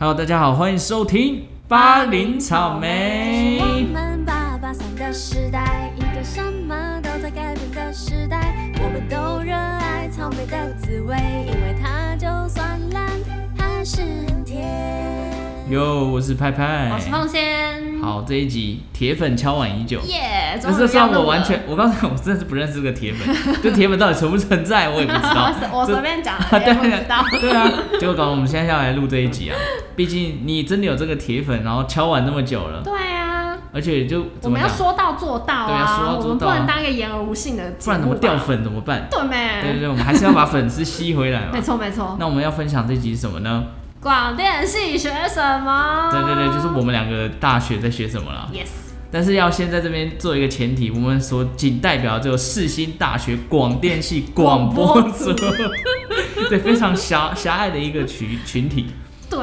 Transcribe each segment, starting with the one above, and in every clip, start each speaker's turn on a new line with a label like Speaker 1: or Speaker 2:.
Speaker 1: Hello，大家好，欢迎收听巴林草莓
Speaker 2: 是。我们八八三的时代，一个什么都在改变的时代。我们都热爱草莓的滋味，因为它就算烂，还是很甜。
Speaker 1: 哟，我是派派。
Speaker 3: 我是凤仙。
Speaker 1: 好，这一集铁粉敲碗已久。
Speaker 3: 耶，
Speaker 1: 可
Speaker 3: 终于
Speaker 1: 是算
Speaker 3: 要录
Speaker 1: 我
Speaker 3: 了
Speaker 1: 完全，我刚才我真的是不认识这个铁粉， 这铁粉到底存不存在我也不知道
Speaker 3: 我随。 我
Speaker 1: 这
Speaker 3: 随便讲哎
Speaker 1: 啊
Speaker 3: 的，
Speaker 1: 对
Speaker 3: 也不知道。
Speaker 1: 对啊，结果搞得我们现在要来录这一集啊，毕竟你真的有这个铁粉，然后敲碗那么久了，
Speaker 3: 对啊，
Speaker 1: 而且就
Speaker 3: 我
Speaker 1: 怎么
Speaker 3: 们要
Speaker 1: 讲，
Speaker 3: 说到做到
Speaker 1: 对啊说到
Speaker 3: 我
Speaker 1: 做
Speaker 3: 们
Speaker 1: 到
Speaker 3: 不
Speaker 1: 啊
Speaker 3: 能当一个言而无信的节目吧，
Speaker 1: 不然怎么掉粉怎么办？
Speaker 3: 对
Speaker 1: 对对
Speaker 3: 没？
Speaker 1: 对，我们还是要把粉丝吸回来
Speaker 3: 啊 没
Speaker 1: 嘛。
Speaker 3: 错没错。
Speaker 1: 那我们要分享这集是什么呢？
Speaker 3: 广电系学什么？
Speaker 1: 对对对，就是我们两个大学在学什么啦。
Speaker 3: Yes，
Speaker 1: 但是要先在这边做一个前提，我们所仅代表只有世新大学广电系广播组，对，非常狭狭隘的一个群群体，
Speaker 3: 对，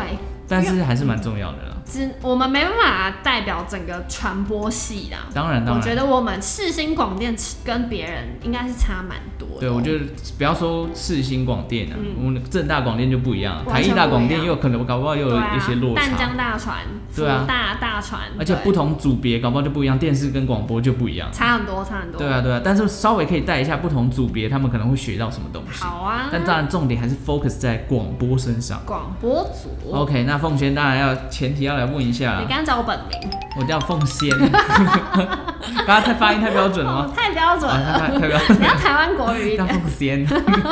Speaker 1: 但是还是蛮重要的啦。
Speaker 3: 只我们没办法代表整个传播系啦。
Speaker 1: 当然，当
Speaker 3: 我
Speaker 1: 然，
Speaker 3: 觉得我们世新广电跟别人应该是差蛮多的。
Speaker 1: 对，我觉得不要说世新广电啊，
Speaker 3: 嗯
Speaker 1: 我们正大广电就不一样了，啊台
Speaker 3: 完
Speaker 1: 艺
Speaker 3: 全
Speaker 1: 大广
Speaker 3: 不一
Speaker 1: 电
Speaker 3: 样
Speaker 1: 也有可能搞不好又有
Speaker 3: 对啊
Speaker 1: 一些落
Speaker 3: 淡江
Speaker 1: 差，
Speaker 3: 大船，
Speaker 1: 对啊
Speaker 3: 福大大船，
Speaker 1: 而且
Speaker 3: 对
Speaker 1: 不同组别搞不好就不一样，电视跟广播就不一样。
Speaker 3: 差很多，差很多。
Speaker 1: 对啊，对啊，但是稍微可以带一下不同组别，他们可能会学到什么东西。
Speaker 3: 好啊，
Speaker 1: 但当然重点还是 focus 在广播身上。
Speaker 3: 广播组，
Speaker 1: OK，那凤仙当然要前提要来问一下
Speaker 3: 哦你，刚刚叫我本名，
Speaker 1: 我叫凤仙， 大家太发音太标准了
Speaker 3: 哦
Speaker 1: 吗？，
Speaker 3: 太标准
Speaker 1: 啊，
Speaker 3: 了，
Speaker 1: 太太标准
Speaker 3: 你 要台湾国语一
Speaker 1: 叫
Speaker 3: 点。
Speaker 1: 凤 仙。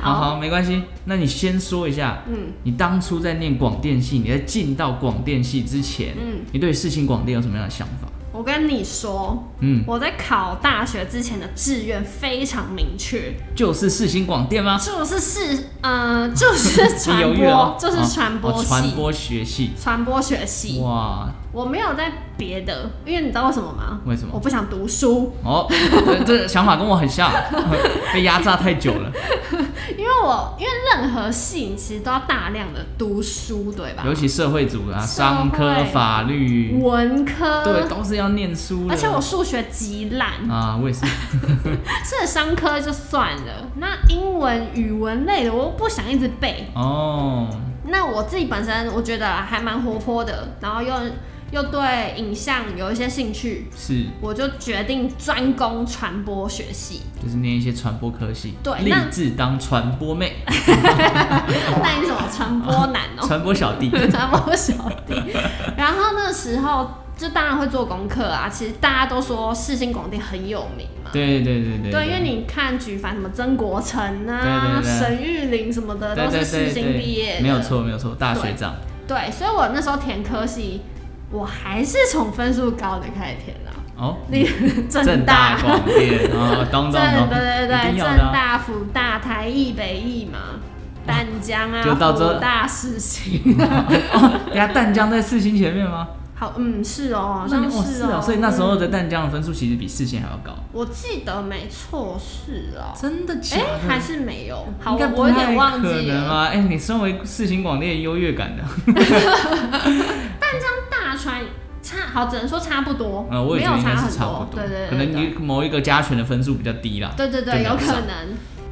Speaker 1: 好好，没关系。那你先说一下，
Speaker 3: 嗯
Speaker 1: 你当初在念广电系，你在进到广电系之前，
Speaker 3: 嗯，
Speaker 1: 你对世新广电有什么样的想法？
Speaker 3: 我跟你说，
Speaker 1: 嗯，
Speaker 3: 我在考大学之前的志愿非常明确，
Speaker 1: 就是世新广电吗？
Speaker 3: 就是是，呃，就是
Speaker 1: 啊你
Speaker 3: 传
Speaker 1: 犹豫了吗
Speaker 3: 播，就是传
Speaker 1: 哦
Speaker 3: 播
Speaker 1: 哦传
Speaker 3: 系，
Speaker 1: 播学系。
Speaker 3: 传播学系。
Speaker 1: 哇，
Speaker 3: 我没有在别的，因为你知道为什么吗？
Speaker 1: 为什么
Speaker 3: 我不想读书，
Speaker 1: 哦，这这想法跟我很像， 被压榨太久了，
Speaker 3: 因为我因为任何系你其实都要大量的读书，对吧
Speaker 1: 尤？其社会组啊，
Speaker 3: 社会
Speaker 1: 商科、法律，
Speaker 3: 文科，
Speaker 1: 对，都是要念书的。
Speaker 3: 而且我数学极烂，
Speaker 1: 啊，我也是，
Speaker 3: 这商科就算了，那英文、语文类的我又不想一直背。
Speaker 1: 哦，
Speaker 3: 那我自己本身我觉得还蛮活泼的，然后又又对影像有一些兴趣，
Speaker 1: 是，
Speaker 3: 我就决定专攻传播学系。
Speaker 1: 就是念一些传播科系，
Speaker 3: 对
Speaker 1: 立
Speaker 3: 那
Speaker 1: 志当传播妹、
Speaker 3: 那你什么传播男哦、
Speaker 1: 传播 小弟。
Speaker 3: 传播小弟。然后那时候就当然会做功课啊，其实大家都说世新广电很有名嘛。
Speaker 1: 对对对对
Speaker 3: 对，因为你看举凡什么曾国成啊、
Speaker 1: 对对对
Speaker 3: 沈玉玲什么的，
Speaker 1: 对
Speaker 3: 都
Speaker 1: 对
Speaker 3: 是世
Speaker 1: 对
Speaker 3: 新
Speaker 1: 对
Speaker 3: 毕业的，
Speaker 1: 没有错没有错，大学
Speaker 3: 对
Speaker 1: 长。
Speaker 3: 对，所以我那时候填科系，我还是从分数高的开始填的，
Speaker 1: 哦，
Speaker 3: 例如
Speaker 1: 正
Speaker 3: 大、
Speaker 1: 大 广电啊，咚咚
Speaker 3: 正
Speaker 1: 咚，
Speaker 3: 对对
Speaker 1: 一
Speaker 3: 对，
Speaker 1: 定要
Speaker 3: 正
Speaker 1: 的 啊。
Speaker 3: 大、福大、台艺、北艺嘛，淡江啊，
Speaker 1: 哦就到这
Speaker 3: 福大、世新，
Speaker 1: 人家哦淡江在四星前面吗？
Speaker 3: 好，嗯，是哦，好
Speaker 1: 那
Speaker 3: 像
Speaker 1: 你哦
Speaker 3: 是
Speaker 1: 哦所以那时候的
Speaker 3: 嗯
Speaker 1: 淡江的分数其实比四星还要高。
Speaker 3: 我记得没错，是哦，
Speaker 1: 真的假
Speaker 3: 哎
Speaker 1: 的？，
Speaker 3: 还是没有，
Speaker 1: 啊
Speaker 3: 好，
Speaker 1: 应该
Speaker 3: 我
Speaker 1: 不
Speaker 3: 我有
Speaker 1: 太
Speaker 3: 点忘
Speaker 1: 可
Speaker 3: 记
Speaker 1: 能
Speaker 3: 了。
Speaker 1: 啊！哎、你身为世新广电优越感的，
Speaker 3: 大川差好，只能说差不多，
Speaker 1: 呃，我也
Speaker 3: 没
Speaker 1: 觉得
Speaker 3: 有
Speaker 1: 应该
Speaker 3: 差
Speaker 1: 是
Speaker 3: 很
Speaker 1: 差不多，
Speaker 3: 对对对，
Speaker 1: 可能你某一个加权的分数比较低啦。
Speaker 3: 对对
Speaker 1: 就没
Speaker 3: 对，
Speaker 1: 有
Speaker 3: 有可
Speaker 1: 上
Speaker 3: 能。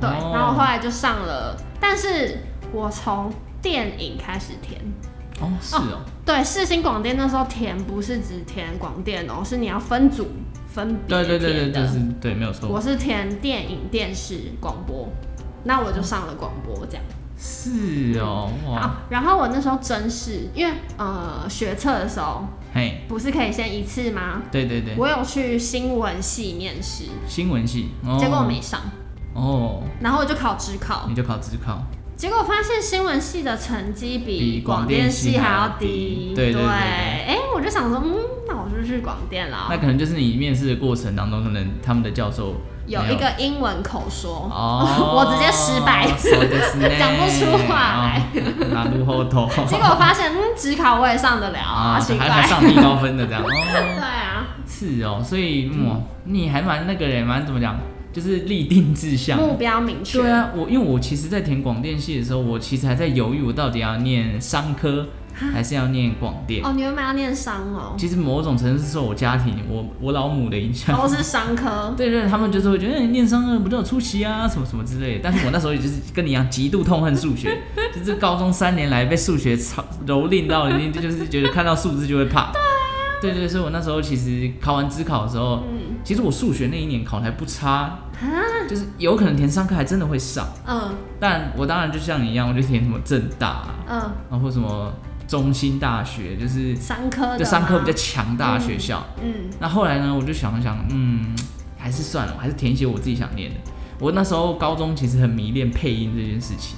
Speaker 3: 对，
Speaker 1: 哦
Speaker 3: 然后我后来就上了，但是我从电影开始填。
Speaker 1: 哦，是哦，
Speaker 3: 对，世新广电那时候填不是只填广电哦，是你要分组分别
Speaker 1: 对对对对，
Speaker 3: 填的
Speaker 1: 就是对，没有错。
Speaker 3: 我是填电影、电视、广播，那我就上了广播这样。
Speaker 1: 是哦，哇，
Speaker 3: 啊，然后我那时候真是因为呃学测的时候
Speaker 1: 嘿，
Speaker 3: 不是可以先一次吗？
Speaker 1: 对对对，
Speaker 3: 我有去新闻系面试，
Speaker 1: 新闻系，哦、
Speaker 3: 结果我没上，
Speaker 1: 哦，
Speaker 3: 然后我就考职考。
Speaker 1: 你就考自考，
Speaker 3: 结果发现新闻系的成绩
Speaker 1: 比
Speaker 3: 比
Speaker 1: 广
Speaker 3: 广
Speaker 1: 电
Speaker 3: 电
Speaker 1: 系
Speaker 3: 系
Speaker 1: 还
Speaker 3: 还
Speaker 1: 要
Speaker 3: 要低
Speaker 1: 低，对对对对
Speaker 3: 哎、我就想说，嗯，那我就去广电
Speaker 1: 那
Speaker 3: 了。
Speaker 1: 可能就是你面试的过程当中，可能他们的教授
Speaker 3: 有
Speaker 1: 没
Speaker 3: 一个英文口说，
Speaker 1: 哦，
Speaker 3: 我直接失败
Speaker 1: そうですね
Speaker 3: 讲不出话来，
Speaker 1: 哦 拿路后头，
Speaker 3: 结果发现，嗯，职考我也上得了
Speaker 1: 啊，
Speaker 3: 啊，奇
Speaker 1: 还还
Speaker 3: 怪。
Speaker 1: 上最高 分的这样。哦
Speaker 3: 对啊，嗯
Speaker 1: 是哦，所以嗯，你还蛮那个人，蛮怎么讲，就是立定志向。
Speaker 3: 目标明确。
Speaker 1: 对啊，我因为我其实，在填广电系的时候，我其实还在犹豫，我到底要念商科还是要念广电。
Speaker 3: 哦，你原本要念商哦，
Speaker 1: 其实某种程度是受我家庭，我我老母的影响。
Speaker 3: 都哦是商科。
Speaker 1: 对对，他们就是会觉得、欸、念商科不就有出息啊，什么什么之类的。但是我那时候也就是跟你一样，极度痛恨数学， 就是高中三年来被数学操蹂躏到，已经就是觉得看到数字就会怕。对对，所以我那时候其实考完职考的时候，
Speaker 3: 嗯
Speaker 1: 其实我数学那一年考的还不差，
Speaker 3: 啊，
Speaker 1: 就是有可能填商科还真的会上。
Speaker 3: 嗯
Speaker 1: 但我当然就像你一样，我就填什么政大啊，
Speaker 3: 嗯，
Speaker 1: 然后什么中兴大学，就是
Speaker 3: 商科的
Speaker 1: 就商科比较
Speaker 3: 较，
Speaker 1: 强大的学校。
Speaker 3: 嗯
Speaker 1: 那后来呢，我就想一想，嗯，还是算了，我还是填一些我自己想念的。我那时候高中其实很迷恋配音这件事情，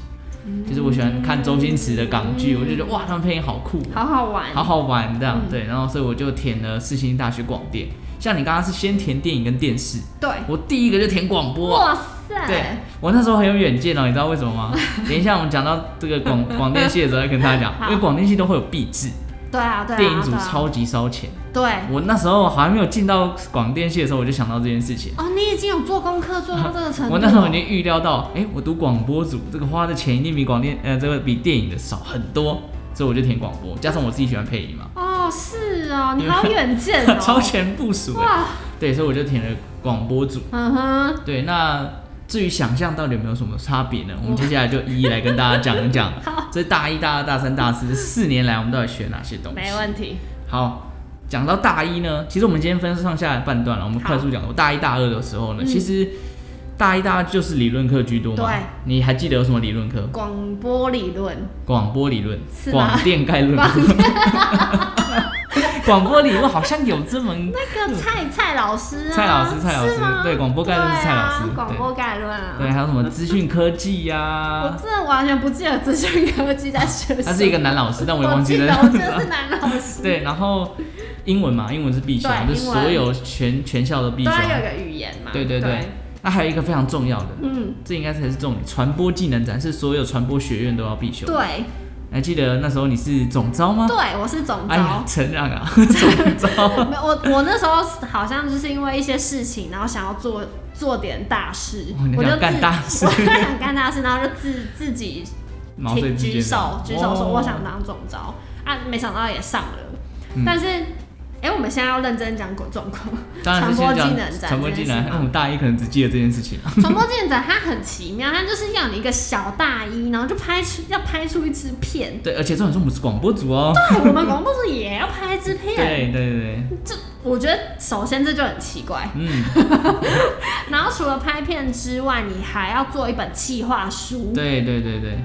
Speaker 1: 就是我喜欢看周星驰的港剧，我就觉得哇，他们配音好酷哦、
Speaker 3: 嗯好嗯好玩，
Speaker 1: 好好玩这样。对，然后所以我就填了世新大学广电。像你刚刚是先填电影跟电视，
Speaker 3: 对，
Speaker 1: 我第一个就填广播啊。
Speaker 3: 哇
Speaker 1: 对
Speaker 3: 塞，
Speaker 1: 我那时候很有远见哦，你知道为什么 吗？等一下我们讲到这个广广电系的时候，再跟大家
Speaker 3: 好
Speaker 1: 讲，因为广电系都会有壁纸，
Speaker 3: 对啊对啊，
Speaker 1: 电影组
Speaker 3: 对啊
Speaker 1: 超级烧钱。
Speaker 3: 对，
Speaker 1: 我那时候还没有进到广电系的时候，我就想到这件事情。
Speaker 3: 哦，你已经有做功课做到这个程度，
Speaker 1: 我那时候已经预料到，哎、我读广播组，这个花的钱一定比广电呃这个比电影的少很多，所以我就填广播，加上我自己喜欢配音嘛，
Speaker 3: 哦是哦，你好远见哦，
Speaker 1: 超前部署哎、
Speaker 3: 哇，
Speaker 1: 对，所以我就填了广播组。
Speaker 3: 嗯哼。
Speaker 1: 对，那至于想象到底有没有什么差别呢？我们接下来就一一来跟大家讲一讲
Speaker 3: 好，
Speaker 1: 这大一、大二、大三、大四这四年来我们到底学哪些东西？
Speaker 3: 没问题。
Speaker 1: 好，讲到大一呢，其实我们今天分上下半段了，我们快速讲。我大一、大二的时候呢，其实大一、大二就是理论课居多嘛。
Speaker 3: 嗯对。
Speaker 1: 你还记得有什么理论课？
Speaker 3: 广播理论，
Speaker 1: 广播理论
Speaker 3: 是、吗
Speaker 1: 广电概论。 广播理论好像有这门
Speaker 3: 那个蔡蔡老师啊，
Speaker 1: 嗯蔡老师蔡老师
Speaker 3: 是吗
Speaker 1: 对广播概论是蔡老师
Speaker 3: 对啊
Speaker 1: 对
Speaker 3: 广播概论啊。
Speaker 1: 对，还有什么资讯科技呀、
Speaker 3: 我真的完全不记得资讯科技在学什么。
Speaker 1: 他是一个男老师，但我也忘记了。
Speaker 3: 我记得我是男老师，
Speaker 1: 对，然后英文嘛，英文是必修，就
Speaker 3: 对
Speaker 1: 是
Speaker 3: 英文
Speaker 1: 所有全全校都必
Speaker 3: 都
Speaker 1: 修。
Speaker 3: 要有个语言嘛。
Speaker 1: 对对对
Speaker 3: 啊对，
Speaker 1: 那还有一个非常重要的，
Speaker 3: 嗯，
Speaker 1: 这应该才是重点，传播技能展是所有传播学院都要必修。，
Speaker 3: 对
Speaker 1: 还记得那时候你是总招吗？
Speaker 3: 对，我是总
Speaker 1: 哎呀
Speaker 3: 招，。
Speaker 1: 承让 啊，总招。
Speaker 3: 没有我我那时候好像就是因为一些事情，然后想要做做点大事
Speaker 1: 哦你，
Speaker 3: 我
Speaker 1: 想
Speaker 3: 就自
Speaker 1: 干大事
Speaker 3: 我想干大事，然后就自自己
Speaker 1: 毛遂
Speaker 3: 挺
Speaker 1: 自
Speaker 3: 举
Speaker 1: 荐
Speaker 3: 手
Speaker 1: 的，
Speaker 3: 举手说
Speaker 1: 哦
Speaker 3: 我想当总招、啊，没想到也上了。
Speaker 1: 嗯
Speaker 3: 但是，哎、我们现在要认真讲总科，
Speaker 1: 当然是先
Speaker 3: 传播技
Speaker 1: 讲
Speaker 3: 能展
Speaker 1: 传播技
Speaker 3: 这件
Speaker 1: 能。嗯
Speaker 3: 事
Speaker 1: 那我们大一可能只记得这件事情，啊
Speaker 3: 传播记者它很奇妙，它就是要你一个小大一，然后就拍出要拍出一支片。
Speaker 1: 对，而且重点是我们是广播组哦。
Speaker 3: 对，我们广播组也要拍一支片，啊
Speaker 1: 对对对对，
Speaker 3: 这我觉得首先这就很奇怪。
Speaker 1: 嗯，
Speaker 3: 然后除了拍片之外，你还要做一本企划书，
Speaker 1: 对对对对，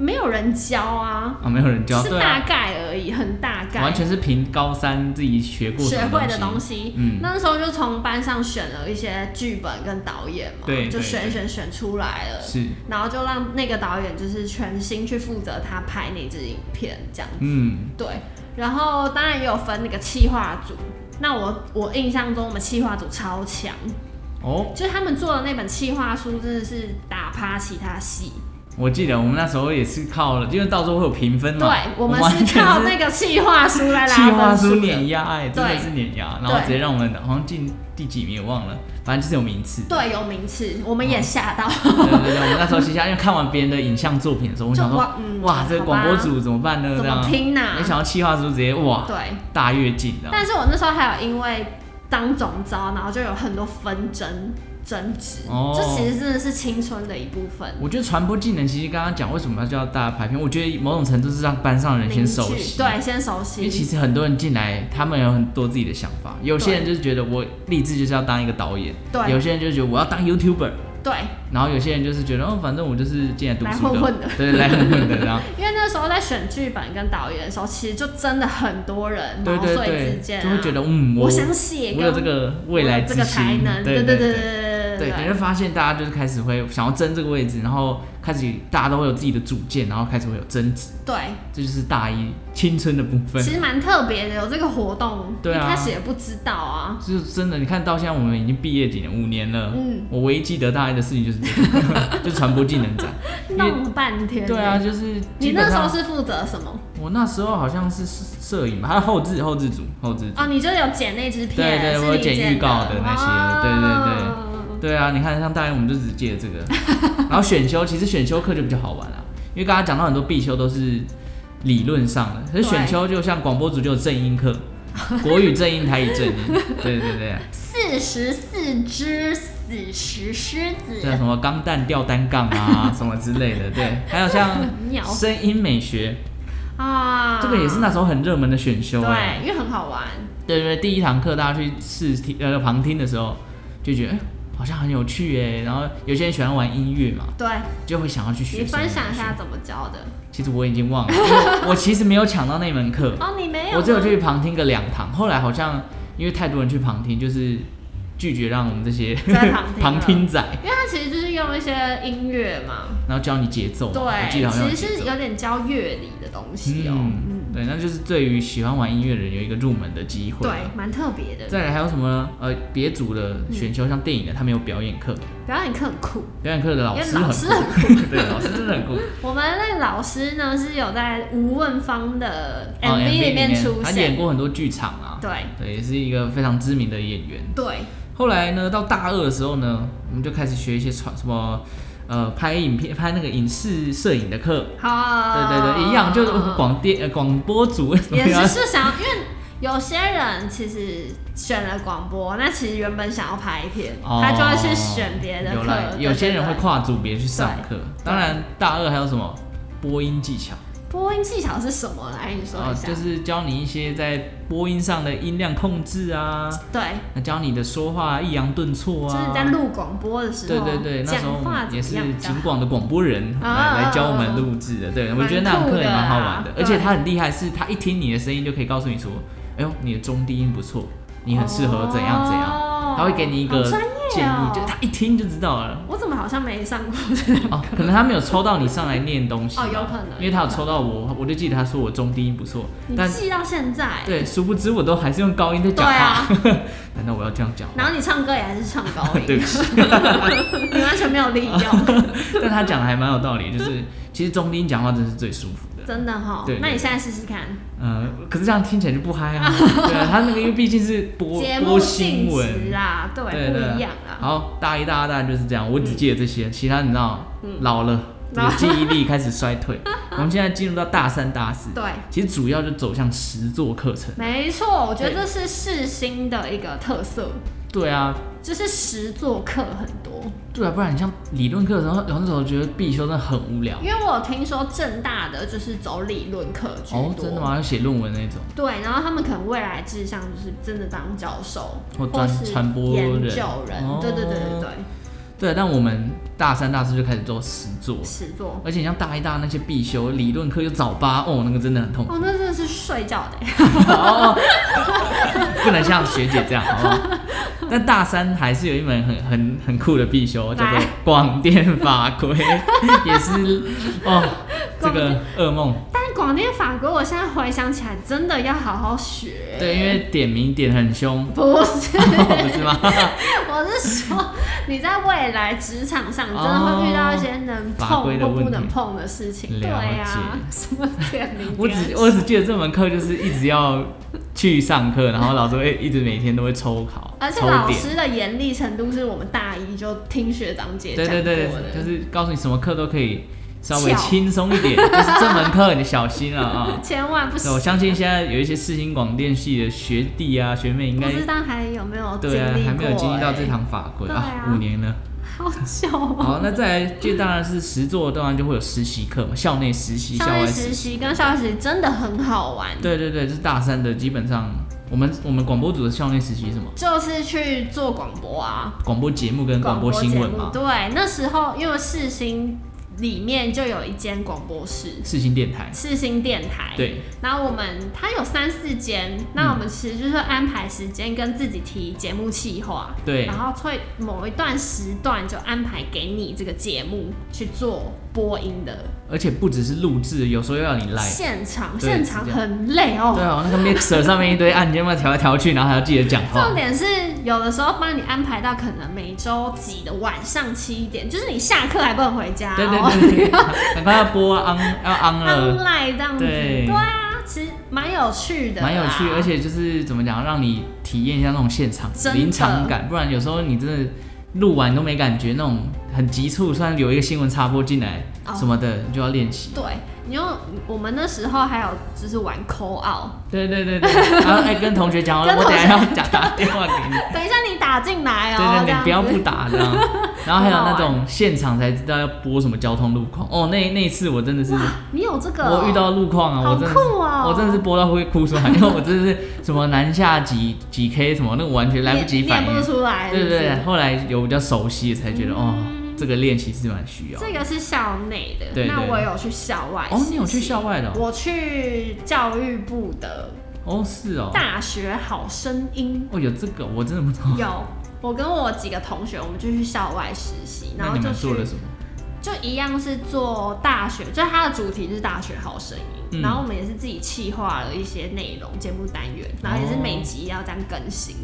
Speaker 3: 没有人教啊，
Speaker 1: 啊，没有人
Speaker 3: 就
Speaker 1: 教，
Speaker 3: 是
Speaker 1: 对
Speaker 3: 大
Speaker 1: 啊，
Speaker 3: 概而已，很大概，
Speaker 1: 完全是凭高三自己学过什
Speaker 3: 学
Speaker 1: 么
Speaker 3: 会的东
Speaker 1: 西。
Speaker 3: 西。
Speaker 1: 嗯
Speaker 3: 那时候就从班上选了一些剧本跟导演嘛，
Speaker 1: 对
Speaker 3: 就
Speaker 1: 对
Speaker 3: 选一选选出来了，
Speaker 1: 是，
Speaker 3: 然后就让那个导演就是全心去负责他拍那支影片这样。
Speaker 1: 嗯，
Speaker 3: 对，然后当然也有分那个企划组。那我我印象中我们企划组超强，
Speaker 1: 哦，
Speaker 3: 就是他们做的那本企划书真的是打趴其他系。
Speaker 1: 我记得我们那时候也是靠了，因为到时候会有评分嘛。
Speaker 3: 对，我们
Speaker 1: 完
Speaker 3: 是
Speaker 1: 全
Speaker 3: 靠
Speaker 1: 是
Speaker 3: 那个企划书 来
Speaker 1: 计划
Speaker 3: 拉分
Speaker 1: 书
Speaker 3: 数
Speaker 1: 碾
Speaker 3: 的。
Speaker 1: 压，哎，真的
Speaker 3: 对
Speaker 1: 是碾压，然后
Speaker 3: 对
Speaker 1: 直接让我们好像进第几名我忘了，反正就是有名次。
Speaker 3: 对，有名次，我们也吓到。
Speaker 1: 对对对，我们那时候其实因为看完别人的影像作品的时候，我
Speaker 3: 就
Speaker 1: 想说
Speaker 3: 哇，嗯
Speaker 1: 哇，这个广播
Speaker 3: 好吧
Speaker 1: 组怎么办呢？
Speaker 3: 怎
Speaker 1: 这
Speaker 3: 么
Speaker 1: 样，
Speaker 3: 拼呐、
Speaker 1: 没想到计划书直接哇
Speaker 3: 对，
Speaker 1: 大跃进啊的，
Speaker 3: 但是我那时候还有因为当总招，然后就有很多纷争争执，
Speaker 1: 哦
Speaker 3: 这其实真的是青春的一部分。
Speaker 1: 我觉得传播技能其实刚刚讲为什么要叫大家排片，我觉得某种程度是让班上的人先熟
Speaker 3: 凝聚
Speaker 1: 悉。
Speaker 3: 对，先熟
Speaker 1: 因为其
Speaker 3: 悉，
Speaker 1: 实很多人进来，他们有很多自己的想法。有些
Speaker 3: 对
Speaker 1: 人就是觉得我立志就是要当一个导演，
Speaker 3: 对
Speaker 1: 有些人就觉得我要当 YouTuber，
Speaker 3: 对，
Speaker 1: 然后有些人就是觉得，哦，反正我就是进来读书
Speaker 3: 来混混的
Speaker 1: 对，来混混的，然 后
Speaker 3: 因为那时候在选剧本跟导演的时候，其实就真的很多人
Speaker 1: 对
Speaker 3: 毛
Speaker 1: 对
Speaker 3: 遂
Speaker 1: 对
Speaker 3: 自荐、啊，
Speaker 1: 就会觉得，嗯，我
Speaker 3: 我想写，
Speaker 1: 我有这个未来
Speaker 3: 这
Speaker 1: 之
Speaker 3: 个才
Speaker 1: 星
Speaker 3: 能，，
Speaker 1: 对对
Speaker 3: 对对对
Speaker 1: 对，你
Speaker 3: 对
Speaker 1: 会发现大家就是开始会想要争这个位置，然后开始大家都会有自己的主见，然后开始会有争执，
Speaker 3: 对，
Speaker 1: 这就是大一青春的部分
Speaker 3: 其。实蛮特别的，有这个活动，
Speaker 1: 对啊
Speaker 3: 一开始也不知道啊，
Speaker 1: 就是真的，你看到现在我们已经毕业几年，五年了。
Speaker 3: 嗯，
Speaker 1: 我唯一记得大一的事情就是这个， 就是传播技能 展。因为
Speaker 3: 弄了半天，
Speaker 1: 对啊，，就是基
Speaker 3: 你
Speaker 1: 本
Speaker 3: 那时
Speaker 1: 上
Speaker 3: 候是负责什么？
Speaker 1: 我那时候好像是摄影吧，还有后置后
Speaker 3: 啊
Speaker 1: 置组后置组。
Speaker 3: 哦，你就有剪那支片，
Speaker 1: 对对
Speaker 3: 是
Speaker 1: 我有
Speaker 3: 你
Speaker 1: 剪预告的那些
Speaker 3: 哦
Speaker 1: 对对对啊，你看像大一我们就只记得这 个，然后选修其实选修课就比较好玩啊，因为刚刚讲到很多必修都是理论上的，可是选修就像广播组就有正音 课，国语正音、台语正音，对对
Speaker 3: 啊
Speaker 1: 对，
Speaker 3: 四十四只死石狮
Speaker 1: 像
Speaker 3: 子，
Speaker 1: 什么钢弹吊单杠啊什么之类的，对，还有像
Speaker 3: 鸟
Speaker 1: 声音美学，
Speaker 3: 啊，
Speaker 1: 这个也是那时候很热门的选修哎、
Speaker 3: 对，因为很好玩，
Speaker 1: 对对对，第一堂课大家去试听呃旁听的时候就觉得哎、好像很有趣哎、然后有些人喜欢玩音乐嘛，
Speaker 3: 对
Speaker 1: 就会想要去学。
Speaker 3: 你分享一下怎么教的
Speaker 1: 其实我已经忘了，因为我其实没有抢到那门课，
Speaker 3: 哦，你没有吗，
Speaker 1: 我只有去旁听个两堂。后来好像因为太多人去旁听，就是拒绝让我们这些
Speaker 3: 在旁 听
Speaker 1: 旁听仔，
Speaker 3: 因为它其实就是用一些音乐嘛，
Speaker 1: 然后教你节奏嘛。哦我记得
Speaker 3: 对，
Speaker 1: 好像
Speaker 3: 其实
Speaker 1: 节
Speaker 3: 是
Speaker 1: 奏
Speaker 3: 有点教乐理的东西哦，
Speaker 1: 嗯，对，那就是对于喜欢玩音乐的人有一个入门的机会。啊
Speaker 3: 对，蛮特别的，
Speaker 1: 再来还有什么呢？呃，别组的选修，像电影的，他们有表演课，
Speaker 3: 表演课很酷。
Speaker 1: 表演课的老
Speaker 3: 因为
Speaker 1: 师
Speaker 3: 老
Speaker 1: 很
Speaker 3: 师
Speaker 1: 酷， 哦对，老师真的很酷。
Speaker 3: 我们那个老师呢是有在吴问芳的
Speaker 1: 哦
Speaker 3: MV 里面出
Speaker 1: 他演
Speaker 3: 现，
Speaker 1: 过很多剧场啊，
Speaker 3: 对
Speaker 1: 对，也是一个非常知名的演员。
Speaker 3: 对，
Speaker 1: 后来呢，到大二的时候呢，我们就开始学一些传什么，呃，拍影片、拍那个影视摄影的课。
Speaker 3: 好，
Speaker 1: 对对对，一样，就是广电呃广播组为什么
Speaker 3: 哦 也
Speaker 1: 要
Speaker 3: 是是想，因为有些人其实选了广播，那其实原本想要拍片，
Speaker 1: 哦
Speaker 3: 他就会去选别的
Speaker 1: 有
Speaker 3: 课
Speaker 1: 啦，。
Speaker 3: 对
Speaker 1: 有些人会
Speaker 3: 对对
Speaker 1: 跨组别去上课。当然，大二还有什么播音技巧
Speaker 3: 播音技巧是什么来？你说
Speaker 1: 哦
Speaker 3: 一下。
Speaker 1: 就是教你一些在播音上的音量控制啊，
Speaker 3: 对，
Speaker 1: 那教你的说话抑扬顿挫
Speaker 3: 就
Speaker 1: 啊。
Speaker 3: 是你在录广播的时候，
Speaker 1: 对对对，那时候
Speaker 3: 讲
Speaker 1: 我
Speaker 3: 话
Speaker 1: 们
Speaker 3: 怎
Speaker 1: 也是
Speaker 3: 么样比较
Speaker 1: 景
Speaker 3: 好？
Speaker 1: 广的广播人
Speaker 3: 啊
Speaker 1: 来来教我们录制的，对我觉得那堂课也蛮好玩的
Speaker 3: 蛮酷的啊，
Speaker 1: 而且
Speaker 3: 对
Speaker 1: 他很厉害，是他一听你的声音就可以告诉你说，哎呦，你的中低音不错，你很适合怎样怎样，
Speaker 3: 哦
Speaker 1: 他会给你一个
Speaker 3: 好专
Speaker 1: 建
Speaker 3: 业
Speaker 1: 议
Speaker 3: 哦，
Speaker 1: 就他一听就知道了。
Speaker 3: 我怎么好像没上过？
Speaker 1: 哦，可能他没有抽到你上来念东西吧，
Speaker 3: 哦有可能
Speaker 1: 因为他有抽到我，我就记得他说我中低音不错，
Speaker 3: 你
Speaker 1: 但
Speaker 3: 记到现在，
Speaker 1: 对，殊不知我都还是用高音在讲话， 难道我要这样讲话？
Speaker 3: 啊然后你唱歌也还是唱高
Speaker 1: 对
Speaker 3: 音
Speaker 1: 不，起。
Speaker 3: 你完全没有利用，
Speaker 1: 但他讲的还蛮有道理，就是其实中低音讲话真的是最舒服的。
Speaker 3: 真的哈
Speaker 1: 对。对
Speaker 3: 那你现在试试看，
Speaker 1: 呃，可是这样听起来就不嗨 啊。对啊，他那个因为毕竟是播
Speaker 3: 节
Speaker 1: 播
Speaker 3: 目
Speaker 1: 新
Speaker 3: 性质
Speaker 1: 闻，
Speaker 3: 啦，对，
Speaker 1: 对
Speaker 3: 不
Speaker 1: 对。
Speaker 3: 一样啊。嗯
Speaker 1: 好，大一、大二、大三就是这样，我只记得这些，其他你知道，老了，这
Speaker 3: 老
Speaker 1: 个
Speaker 3: 了
Speaker 1: 记忆力开始衰 退。我们现在进入到大三、大四，
Speaker 3: 对，
Speaker 1: 其实主要就走向实作课程。
Speaker 3: 没错，我觉得这是世新的一个特色，
Speaker 1: 对啊，
Speaker 3: 就是实作课很多。
Speaker 1: 对啊，不然你像理论课的时候，有那时候觉得必修真的很无聊。
Speaker 3: 因为我有听说正大的就是走理论课居多，
Speaker 1: 哦，真的？吗？要写论文那种，
Speaker 3: 对，然后他们可能未来志向就是真的当教授，
Speaker 1: 或
Speaker 3: 或
Speaker 1: 专
Speaker 3: 是
Speaker 1: 传播
Speaker 3: 研
Speaker 1: 人
Speaker 3: 究人，
Speaker 1: 哦
Speaker 3: 对对对对对，
Speaker 1: 对。但我们大三、大四就开始做实作，
Speaker 3: 实作。
Speaker 1: 而且像大一、大二那些必修理论课又早八，哦，那个真的很痛苦。
Speaker 3: 哦，那真的是睡觉的欸，
Speaker 1: 哦， 不能像学姐这样，好不好？但大三还是有一门很很很酷的必修，叫做
Speaker 3: 来
Speaker 1: 广电法规， 也是哦，这个噩梦。
Speaker 3: 但是广电法规，我现在回想起来，真的要好好学。
Speaker 1: 对，因为点名点很凶，哦
Speaker 3: 不是，
Speaker 1: 不是吗？
Speaker 3: 我是说，你在未来职场上，你真的会遇到一些能
Speaker 1: 法规
Speaker 3: 碰
Speaker 1: 的
Speaker 3: 或
Speaker 1: 问
Speaker 3: 不
Speaker 1: 题
Speaker 3: 能碰的事情。
Speaker 1: 了
Speaker 3: 对呀，
Speaker 1: 解
Speaker 3: 什么点名
Speaker 1: 我 只我只记得这门课就是一直要去上课，然后老师会一直每天都会抽考，
Speaker 3: 而且
Speaker 1: 抽
Speaker 3: 老
Speaker 1: 点。
Speaker 3: 师的严厉程度是我们大一就听学长姐
Speaker 1: 对对
Speaker 3: 讲过
Speaker 1: 对
Speaker 3: 的，，
Speaker 1: 就是告诉你什么课都可以稍微
Speaker 3: 翘
Speaker 1: 轻松 一点，就是这门课你小心了啊。
Speaker 3: 千万不
Speaker 1: 对，我
Speaker 3: 行。
Speaker 1: 相信现在有一些世新广电系的学弟啊、学妹，应
Speaker 3: 不
Speaker 1: 该
Speaker 3: 知道还有没有经
Speaker 1: 对啊
Speaker 3: 历，过？
Speaker 1: 还没有经历到
Speaker 3: 欸
Speaker 1: 这，堂法规
Speaker 3: 对啊
Speaker 1: 五年 了。
Speaker 3: 好久哦。
Speaker 1: 好，那再来，这当然是实作，当然就会有实习课嘛，校内实习、校
Speaker 3: 校
Speaker 1: 外
Speaker 3: 外
Speaker 1: 实
Speaker 3: 实
Speaker 1: 习。
Speaker 3: 习跟校外实习真的很好玩，
Speaker 1: 对对对，这是大三的，基本上我们我们广播组的校内实习是什么？
Speaker 3: 就是去做广播啊，
Speaker 1: 广播节目跟广播新闻
Speaker 3: 广播
Speaker 1: 嘛
Speaker 3: 节，目对，那时候因为世新里面就有一间广播室，
Speaker 1: 世新电台。
Speaker 3: 世新电台。。
Speaker 1: 对，
Speaker 3: 然后我们它有三四间，那我们其实就是安排时间跟自己提节目企划。
Speaker 1: 对
Speaker 3: 然后会某一段时段就安排给你这个节目去做播音的
Speaker 1: 而且不只是录制，有时候要你来。
Speaker 3: 现场，
Speaker 1: 对
Speaker 3: 现场
Speaker 1: 是这样
Speaker 3: 很累
Speaker 1: 对
Speaker 3: 哦。
Speaker 1: 啊，那个 mixer 上面一堆按键嘛，调来调去，然后还要记得讲话
Speaker 3: 重。点是有的时候帮你安排到可能每周几的晚上七点，就是你下课还不能回家、哦，
Speaker 1: 对对 对对，赶快要播啊，昂要昂了。
Speaker 3: online 这样子，
Speaker 1: 对
Speaker 3: 对啊，其实蛮有趣的啦，
Speaker 1: 蛮有趣，而且就是怎么讲，让你体验一下那种现场
Speaker 3: 啊真的
Speaker 1: 临场感，不然有时候你真的录完都没感觉，那种很急促，突然有一个新闻插播进来
Speaker 3: 哦
Speaker 1: 什么的，你就要练 习。
Speaker 3: 对，你用我们那时候还有就是玩 call out，
Speaker 1: 对对对对，然后哎、跟同学讲，我
Speaker 3: 跟同
Speaker 1: 等
Speaker 3: 学
Speaker 1: 一下要打打电话 给你。
Speaker 3: 等一下你打进来哦、
Speaker 1: 对对
Speaker 3: 这
Speaker 1: 对，
Speaker 3: 样
Speaker 1: 不要不
Speaker 3: 子
Speaker 1: 打这样。然后还有
Speaker 3: 很好
Speaker 1: 那
Speaker 3: 玩
Speaker 1: 种现场才知道要播什么交通路况。哦，那那一次我真的是，
Speaker 3: 你有这个哦、
Speaker 1: 我遇到路况啊，
Speaker 3: 好
Speaker 1: 我真的是
Speaker 3: 酷哦
Speaker 1: 我真的是播到会哭出来，因为我真的是什么南下几几 K 什么，那个完全来不及
Speaker 3: 念
Speaker 1: 反应
Speaker 3: 念。不出来，
Speaker 1: 对对
Speaker 3: 是不
Speaker 1: 对，
Speaker 3: 是
Speaker 1: 后来有比较熟悉的才觉得，哦，这个练习是蛮需要的。
Speaker 3: 这个是校内的，
Speaker 1: 对
Speaker 3: 那
Speaker 1: 对
Speaker 3: 我有去校外。
Speaker 1: 哦，你有去校？外的哦？
Speaker 3: 我去教育部的
Speaker 1: 哦，是哦。
Speaker 3: 大学好声音，
Speaker 1: 哦，有这个，我真的不知道。
Speaker 3: 有我跟我几个同学，我们就去校外实习，然
Speaker 1: 那
Speaker 3: 后
Speaker 1: 你
Speaker 3: 就
Speaker 1: 们做了
Speaker 3: 去
Speaker 1: 什么？
Speaker 3: 就一样是做大学，就是它的主题就是大学好声音，
Speaker 1: 嗯
Speaker 3: 然后我们也是自己企划了一些内容节目单元，然后也是
Speaker 1: 哦
Speaker 3: 每集要这样更新，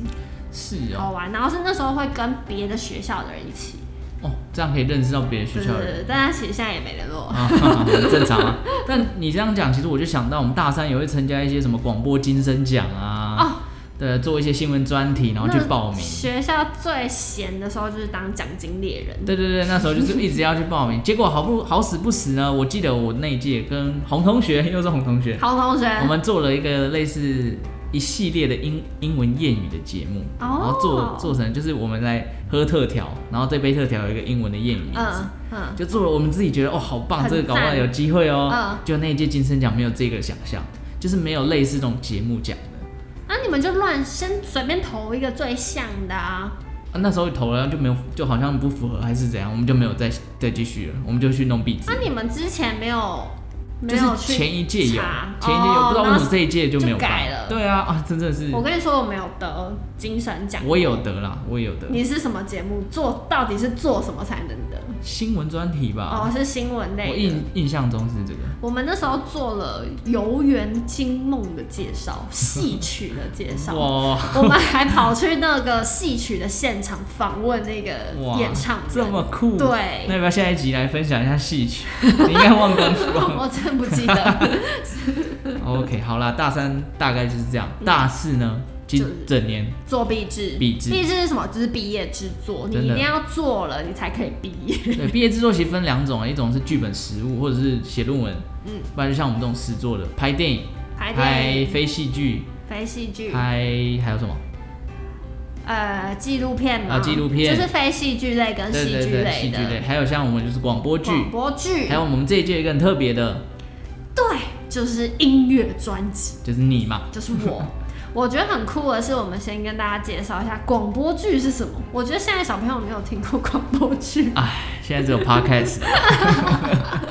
Speaker 1: 是
Speaker 3: 好
Speaker 1: 哦，
Speaker 3: 玩。然后是那时候会跟别的学校的人一起，
Speaker 1: 哦，这样可以认识到别的学
Speaker 3: 对
Speaker 1: 校
Speaker 3: 对
Speaker 1: 的人。
Speaker 3: 对，但他其实现在也没联络。
Speaker 1: 啊， 很正常啊。但你这样讲，其实我就想到我们大三也会参加一些什么广播金声奖
Speaker 3: 哦
Speaker 1: 啊，对，做一些新闻专题，然后去报名
Speaker 3: 那。学校最闲的时候就是当奖金猎人，
Speaker 1: 对对对，那时候就是一直要去报名，结果好不好死不死呢？我记得我那一届跟洪同学， 又是洪同学，
Speaker 3: 好同学，
Speaker 1: 我们做了一个类似一系列的英英文谚语的节目，
Speaker 3: 哦
Speaker 1: 然后做做成就是我们来喝特调，然后这杯特调有一个英文的谚语名字，
Speaker 3: 嗯嗯，
Speaker 1: 就做了，我们自己觉得哦，好棒，
Speaker 3: 很
Speaker 1: 这
Speaker 3: 赞
Speaker 1: 个搞不好有机会哦。
Speaker 3: 嗯
Speaker 1: 就那一届金声奖没有这个想象，就是没有类似这种节目奖的。
Speaker 3: 那、你们就乱先随便投一个最像的啊，
Speaker 1: 啊、那时候投了就没有，就好像不符合还是怎样，我们就没有再再继续了，我们就去弄壁纸
Speaker 3: 那、。你们之前没有没
Speaker 1: 就
Speaker 3: 有
Speaker 1: 是
Speaker 3: 去
Speaker 1: 前一届有，
Speaker 3: 查
Speaker 1: 前一届有，
Speaker 3: 哦
Speaker 1: 不知道为什
Speaker 3: 然后
Speaker 1: 么这一届就没有
Speaker 3: 就改
Speaker 1: 办
Speaker 3: 了
Speaker 1: 对啊啊，真的是
Speaker 3: 我跟你说，我没有得精神奖，
Speaker 1: 我有。得啦，我也有得
Speaker 3: 你是什么节目做？到底是做什么才能得？
Speaker 1: 新闻专题吧
Speaker 3: 哦，。是新闻
Speaker 1: 我
Speaker 3: 类的。
Speaker 1: 印印象中是这个，
Speaker 3: 我们那时候做了《游园惊梦》的介绍，戏曲的介绍，
Speaker 1: 哇
Speaker 3: 我们还跑去那个戏曲的现场访问那个
Speaker 1: 哇，
Speaker 3: 演唱人
Speaker 1: 这么酷，
Speaker 3: 对
Speaker 1: 那要不要下一集来分享一下戏曲？ 你应该忘光光了。
Speaker 3: 我真不 记得。
Speaker 1: OK，好啦，大三大概就是这样，大四呢，今
Speaker 3: 嗯就是
Speaker 1: 整年
Speaker 3: 做毕制，
Speaker 1: 毕制
Speaker 3: 毕制是什么？就是毕业制作，你
Speaker 1: 真
Speaker 3: 一
Speaker 1: 的
Speaker 3: 定要做了，你才可以毕业。
Speaker 1: 对毕业制作其实分两种，一种是剧本实务或者是写论文，
Speaker 3: 嗯，
Speaker 1: 不然就像我们这种实作的，拍电影、
Speaker 3: 拍电
Speaker 1: 拍
Speaker 3: 影、
Speaker 1: 非戏剧、
Speaker 3: 非戏剧、
Speaker 1: 拍还有什么？
Speaker 3: 呃纪录片嘛，
Speaker 1: 啊纪录片
Speaker 3: 就是非戏剧类跟
Speaker 1: 对
Speaker 3: 戏
Speaker 1: 对
Speaker 3: 剧
Speaker 1: 对，
Speaker 3: 类
Speaker 1: 戏剧类，
Speaker 3: 的
Speaker 1: 还有像我们就是广播剧，
Speaker 3: 广播剧，
Speaker 1: 还有我们这一届一个很特别的，
Speaker 3: 对，就是音乐专辑，
Speaker 1: 就是你嘛，
Speaker 3: 就是我。 我觉得很酷的是，我们先跟大家介绍一下广播剧是什么。我觉得现在小朋友没有听过广播剧，
Speaker 1: 哎，现在只有 podcast 了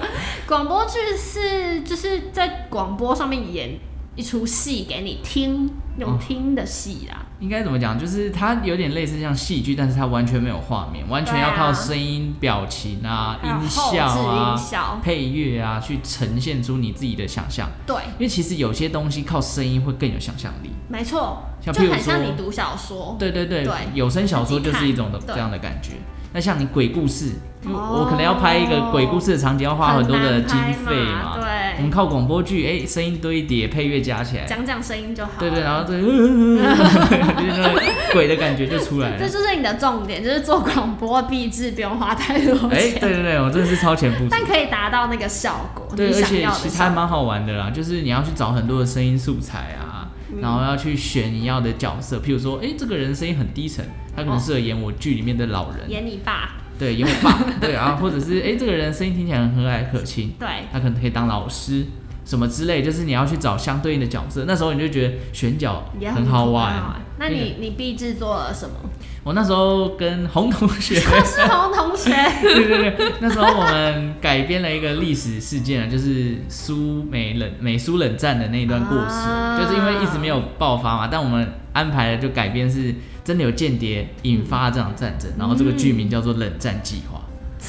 Speaker 3: 广播剧是就是在广播上面演一出戏给你听，那种
Speaker 1: 哦
Speaker 3: 听的戏啦。
Speaker 1: 应该怎么讲？就是它有点类似像戏剧，但是它完全没有画面，完全
Speaker 3: 对啊
Speaker 1: 要靠声音、表情啊、
Speaker 3: 还有
Speaker 1: 音
Speaker 3: 后置
Speaker 1: 效啊、
Speaker 3: 音效，
Speaker 1: 配乐啊，去呈现出你自己的想象。
Speaker 3: 对，
Speaker 1: 因为其实有些东西靠声音会更有想象力。
Speaker 3: 没错，
Speaker 1: 像譬
Speaker 3: 就
Speaker 1: 如
Speaker 3: 很像
Speaker 1: 说
Speaker 3: 你读小说，
Speaker 1: 对对对，
Speaker 3: 对
Speaker 1: 有声小说就是一种的
Speaker 3: 自己看
Speaker 1: 这样的感觉。那像你鬼故事，因为
Speaker 3: 哦
Speaker 1: 我可能要拍一个鬼故事的场景，要花很多的
Speaker 3: 很难
Speaker 1: 经
Speaker 3: 拍
Speaker 1: 费
Speaker 3: 嘛对
Speaker 1: 我们靠广播剧，哎、声音堆叠，配乐加起来，
Speaker 3: 讲讲声音就好。
Speaker 1: 对对，然后这、 就是那个鬼的感觉就出 来
Speaker 3: 这
Speaker 1: 了。哎
Speaker 3: 就是你的重点，就是做广播壁纸不用花太多
Speaker 1: 哎、
Speaker 3: 钱，
Speaker 1: 对对对，我真的是超前部署
Speaker 3: 但。可以达到那个效果，
Speaker 1: 对，
Speaker 3: 你
Speaker 1: 而
Speaker 3: 想
Speaker 1: 且
Speaker 3: 要的
Speaker 1: 其实
Speaker 3: 效
Speaker 1: 还
Speaker 3: 果
Speaker 1: 蛮好玩的啦，就是你要去找很多的声音素材啊，
Speaker 3: 嗯
Speaker 1: 然后要去选你要的角色，譬如说，哎、这个人声音很低沉，他可能
Speaker 3: 哦
Speaker 1: 适合演我剧里面的老人，
Speaker 3: 演你爸，
Speaker 1: 对，演我爸，对啊，或者是哎、这个人声音听起来很和蔼可亲，
Speaker 3: 对，
Speaker 1: 他可能可以当老师什么之类，就是你要去找相对应的角色，那时候你就觉得选角
Speaker 3: 也
Speaker 1: 很
Speaker 3: 好
Speaker 1: 好玩。
Speaker 3: 那你你壁纸做 了什么？。
Speaker 1: 我那时候跟洪同学
Speaker 3: 柯世宏同学，
Speaker 1: 对对对，那时候我们改编了一个历史事件啊，就是苏美冷美苏冷战的那一段故事，
Speaker 3: 啊
Speaker 1: 就是因为一直没有爆发嘛，但我们安排了就改编是真的有间谍引发这场战争，然后这个剧名叫做《冷战计划》。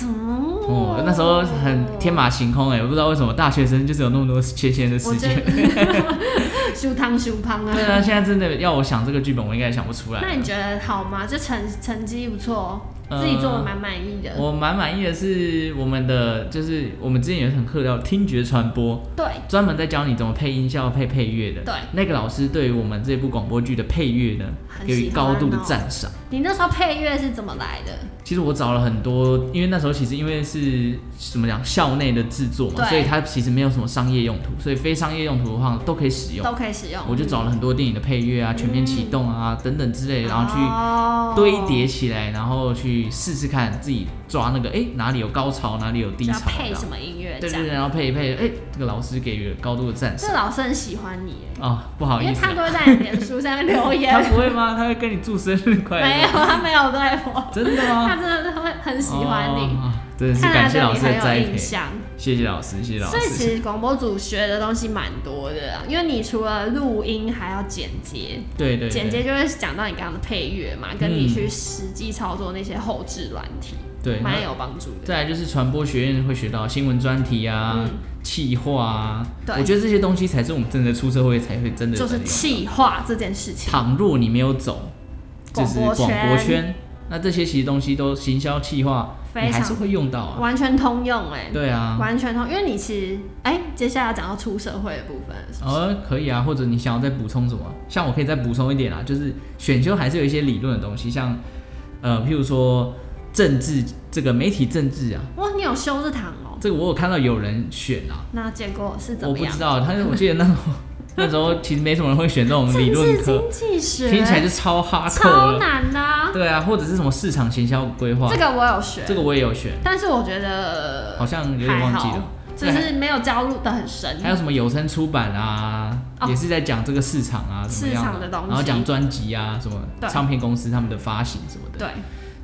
Speaker 3: 哦
Speaker 1: 哦，那时候很天，马行空哎、我不知道为什么大学生就是有那么多闲闲的
Speaker 3: 我
Speaker 1: 时
Speaker 3: 觉
Speaker 1: 间。
Speaker 3: 得 修汤修汤
Speaker 1: 对啊，
Speaker 3: 啊。
Speaker 1: 现在真的要我想这个剧本，我应该也想不出来。
Speaker 3: 那你觉得好吗？这成成绩不错，哦
Speaker 1: 呃
Speaker 3: 自己做的蛮满意的。
Speaker 1: 我蛮满意的是我们的，就是我们之前有一堂课叫听觉传播，
Speaker 3: 对，
Speaker 1: 专门在教你怎么配音效、配配乐的。
Speaker 3: 对
Speaker 1: 那个老师对于我们这部广播剧的配乐呢，
Speaker 3: 很
Speaker 1: 给予
Speaker 3: 喜
Speaker 1: 高度的
Speaker 3: 欢哦
Speaker 1: 赞赏。
Speaker 3: 你那时候配乐是怎么来的？
Speaker 1: 其实我找了很多，因为那时候其实因为是怎么讲校内的制作嘛，
Speaker 3: 对
Speaker 1: 所以它其实没有什么商业用途，所以非商业用途的话都可以使用
Speaker 3: 都。可以使用。
Speaker 1: 我就找了很多电影的配乐啊、全面启动啊等等之类的，然后
Speaker 3: 哦
Speaker 1: 去
Speaker 3: 后
Speaker 1: 堆叠起来，然后去试试看自己抓那个，哎、哪里有高潮，哪里有低
Speaker 3: 要
Speaker 1: 潮，
Speaker 3: 配
Speaker 1: 这样
Speaker 3: 什么音乐这
Speaker 1: 对
Speaker 3: 样
Speaker 1: 对对，然后配一配，哎、这个老师给予了高度的赞赏
Speaker 3: 这老师很喜欢你耶，
Speaker 1: 啊，不好
Speaker 3: 因
Speaker 1: 意
Speaker 3: 为
Speaker 1: 思
Speaker 3: 他，都会在你脸书上面留
Speaker 1: 他
Speaker 3: 言。
Speaker 1: 不会吗？他会跟你祝生日快乐？
Speaker 3: 没有，他没有对我，
Speaker 1: 真的吗？
Speaker 3: 他真的会很喜欢你。
Speaker 1: 哦，真的是
Speaker 3: 看来
Speaker 1: 感谢
Speaker 3: 对
Speaker 1: 老
Speaker 3: 你
Speaker 1: 师的
Speaker 3: 很
Speaker 1: 栽
Speaker 3: 有印
Speaker 1: 培，
Speaker 3: 象，
Speaker 1: 谢谢老师，谢谢老
Speaker 3: 所以其
Speaker 1: 师。
Speaker 3: 实广播组学的东西蛮多的啊，因为你除了录音，还要剪接，
Speaker 1: 对对对嗯
Speaker 3: 剪接就会讲到你刚刚的配乐嘛，跟你去实际操作那些后置软体，
Speaker 1: 对，
Speaker 3: 蛮
Speaker 1: 那
Speaker 3: 有帮助的。
Speaker 1: 再来就是传播学院会学到新闻专题啊、企划啊，
Speaker 3: 嗯对
Speaker 1: 我觉得这些东西才是我们真的出社会才会真的
Speaker 3: 就是
Speaker 1: 能用
Speaker 3: 气化这件事情，
Speaker 1: 倘若你没有走，就是
Speaker 3: 广播
Speaker 1: 广
Speaker 3: 圈
Speaker 1: 播圈，那这些其实东西都行销企划，
Speaker 3: 非
Speaker 1: 你
Speaker 3: 常
Speaker 1: 还是会用到啊。
Speaker 3: 完全通用哎、
Speaker 1: 对啊，
Speaker 3: 完全通，因为你其实哎、接下来要讲到出社会的部分了，是不是
Speaker 1: 呃，可以啊，或者你想要再补充什么？像我可以再补充一点啊，就是选修还是有一些理论的东西，像呃，譬如说政治这个媒体政治啊，
Speaker 3: 哇，你有修这堂哦、
Speaker 1: 这个我有看到有人选啊，
Speaker 3: 那结果是怎
Speaker 1: 我
Speaker 3: 么
Speaker 1: 不
Speaker 3: 样
Speaker 1: 知？道，但是我记得那时 候那时候其实没什么人会选这种理论课
Speaker 3: 经，济学
Speaker 1: 听起来就超哈扣
Speaker 3: 超
Speaker 1: 了。
Speaker 3: 难的啊、
Speaker 1: 对啊，或者是什么市场行销规划，
Speaker 3: 这个我有学，
Speaker 1: 这个我也有选，
Speaker 3: 但是我觉得
Speaker 1: 好像有点
Speaker 3: 还
Speaker 1: 忘
Speaker 3: 好，
Speaker 1: 记了。
Speaker 3: 就
Speaker 1: 对
Speaker 3: 是没有交入的很深。
Speaker 1: 还有什么有声出版啊，
Speaker 3: 哦
Speaker 1: 也是在讲这个市场啊，怎么样
Speaker 3: 市场的东西
Speaker 1: 然后讲专辑啊，什么
Speaker 3: 对
Speaker 1: 唱片公司他们的发行什么的。
Speaker 3: 对，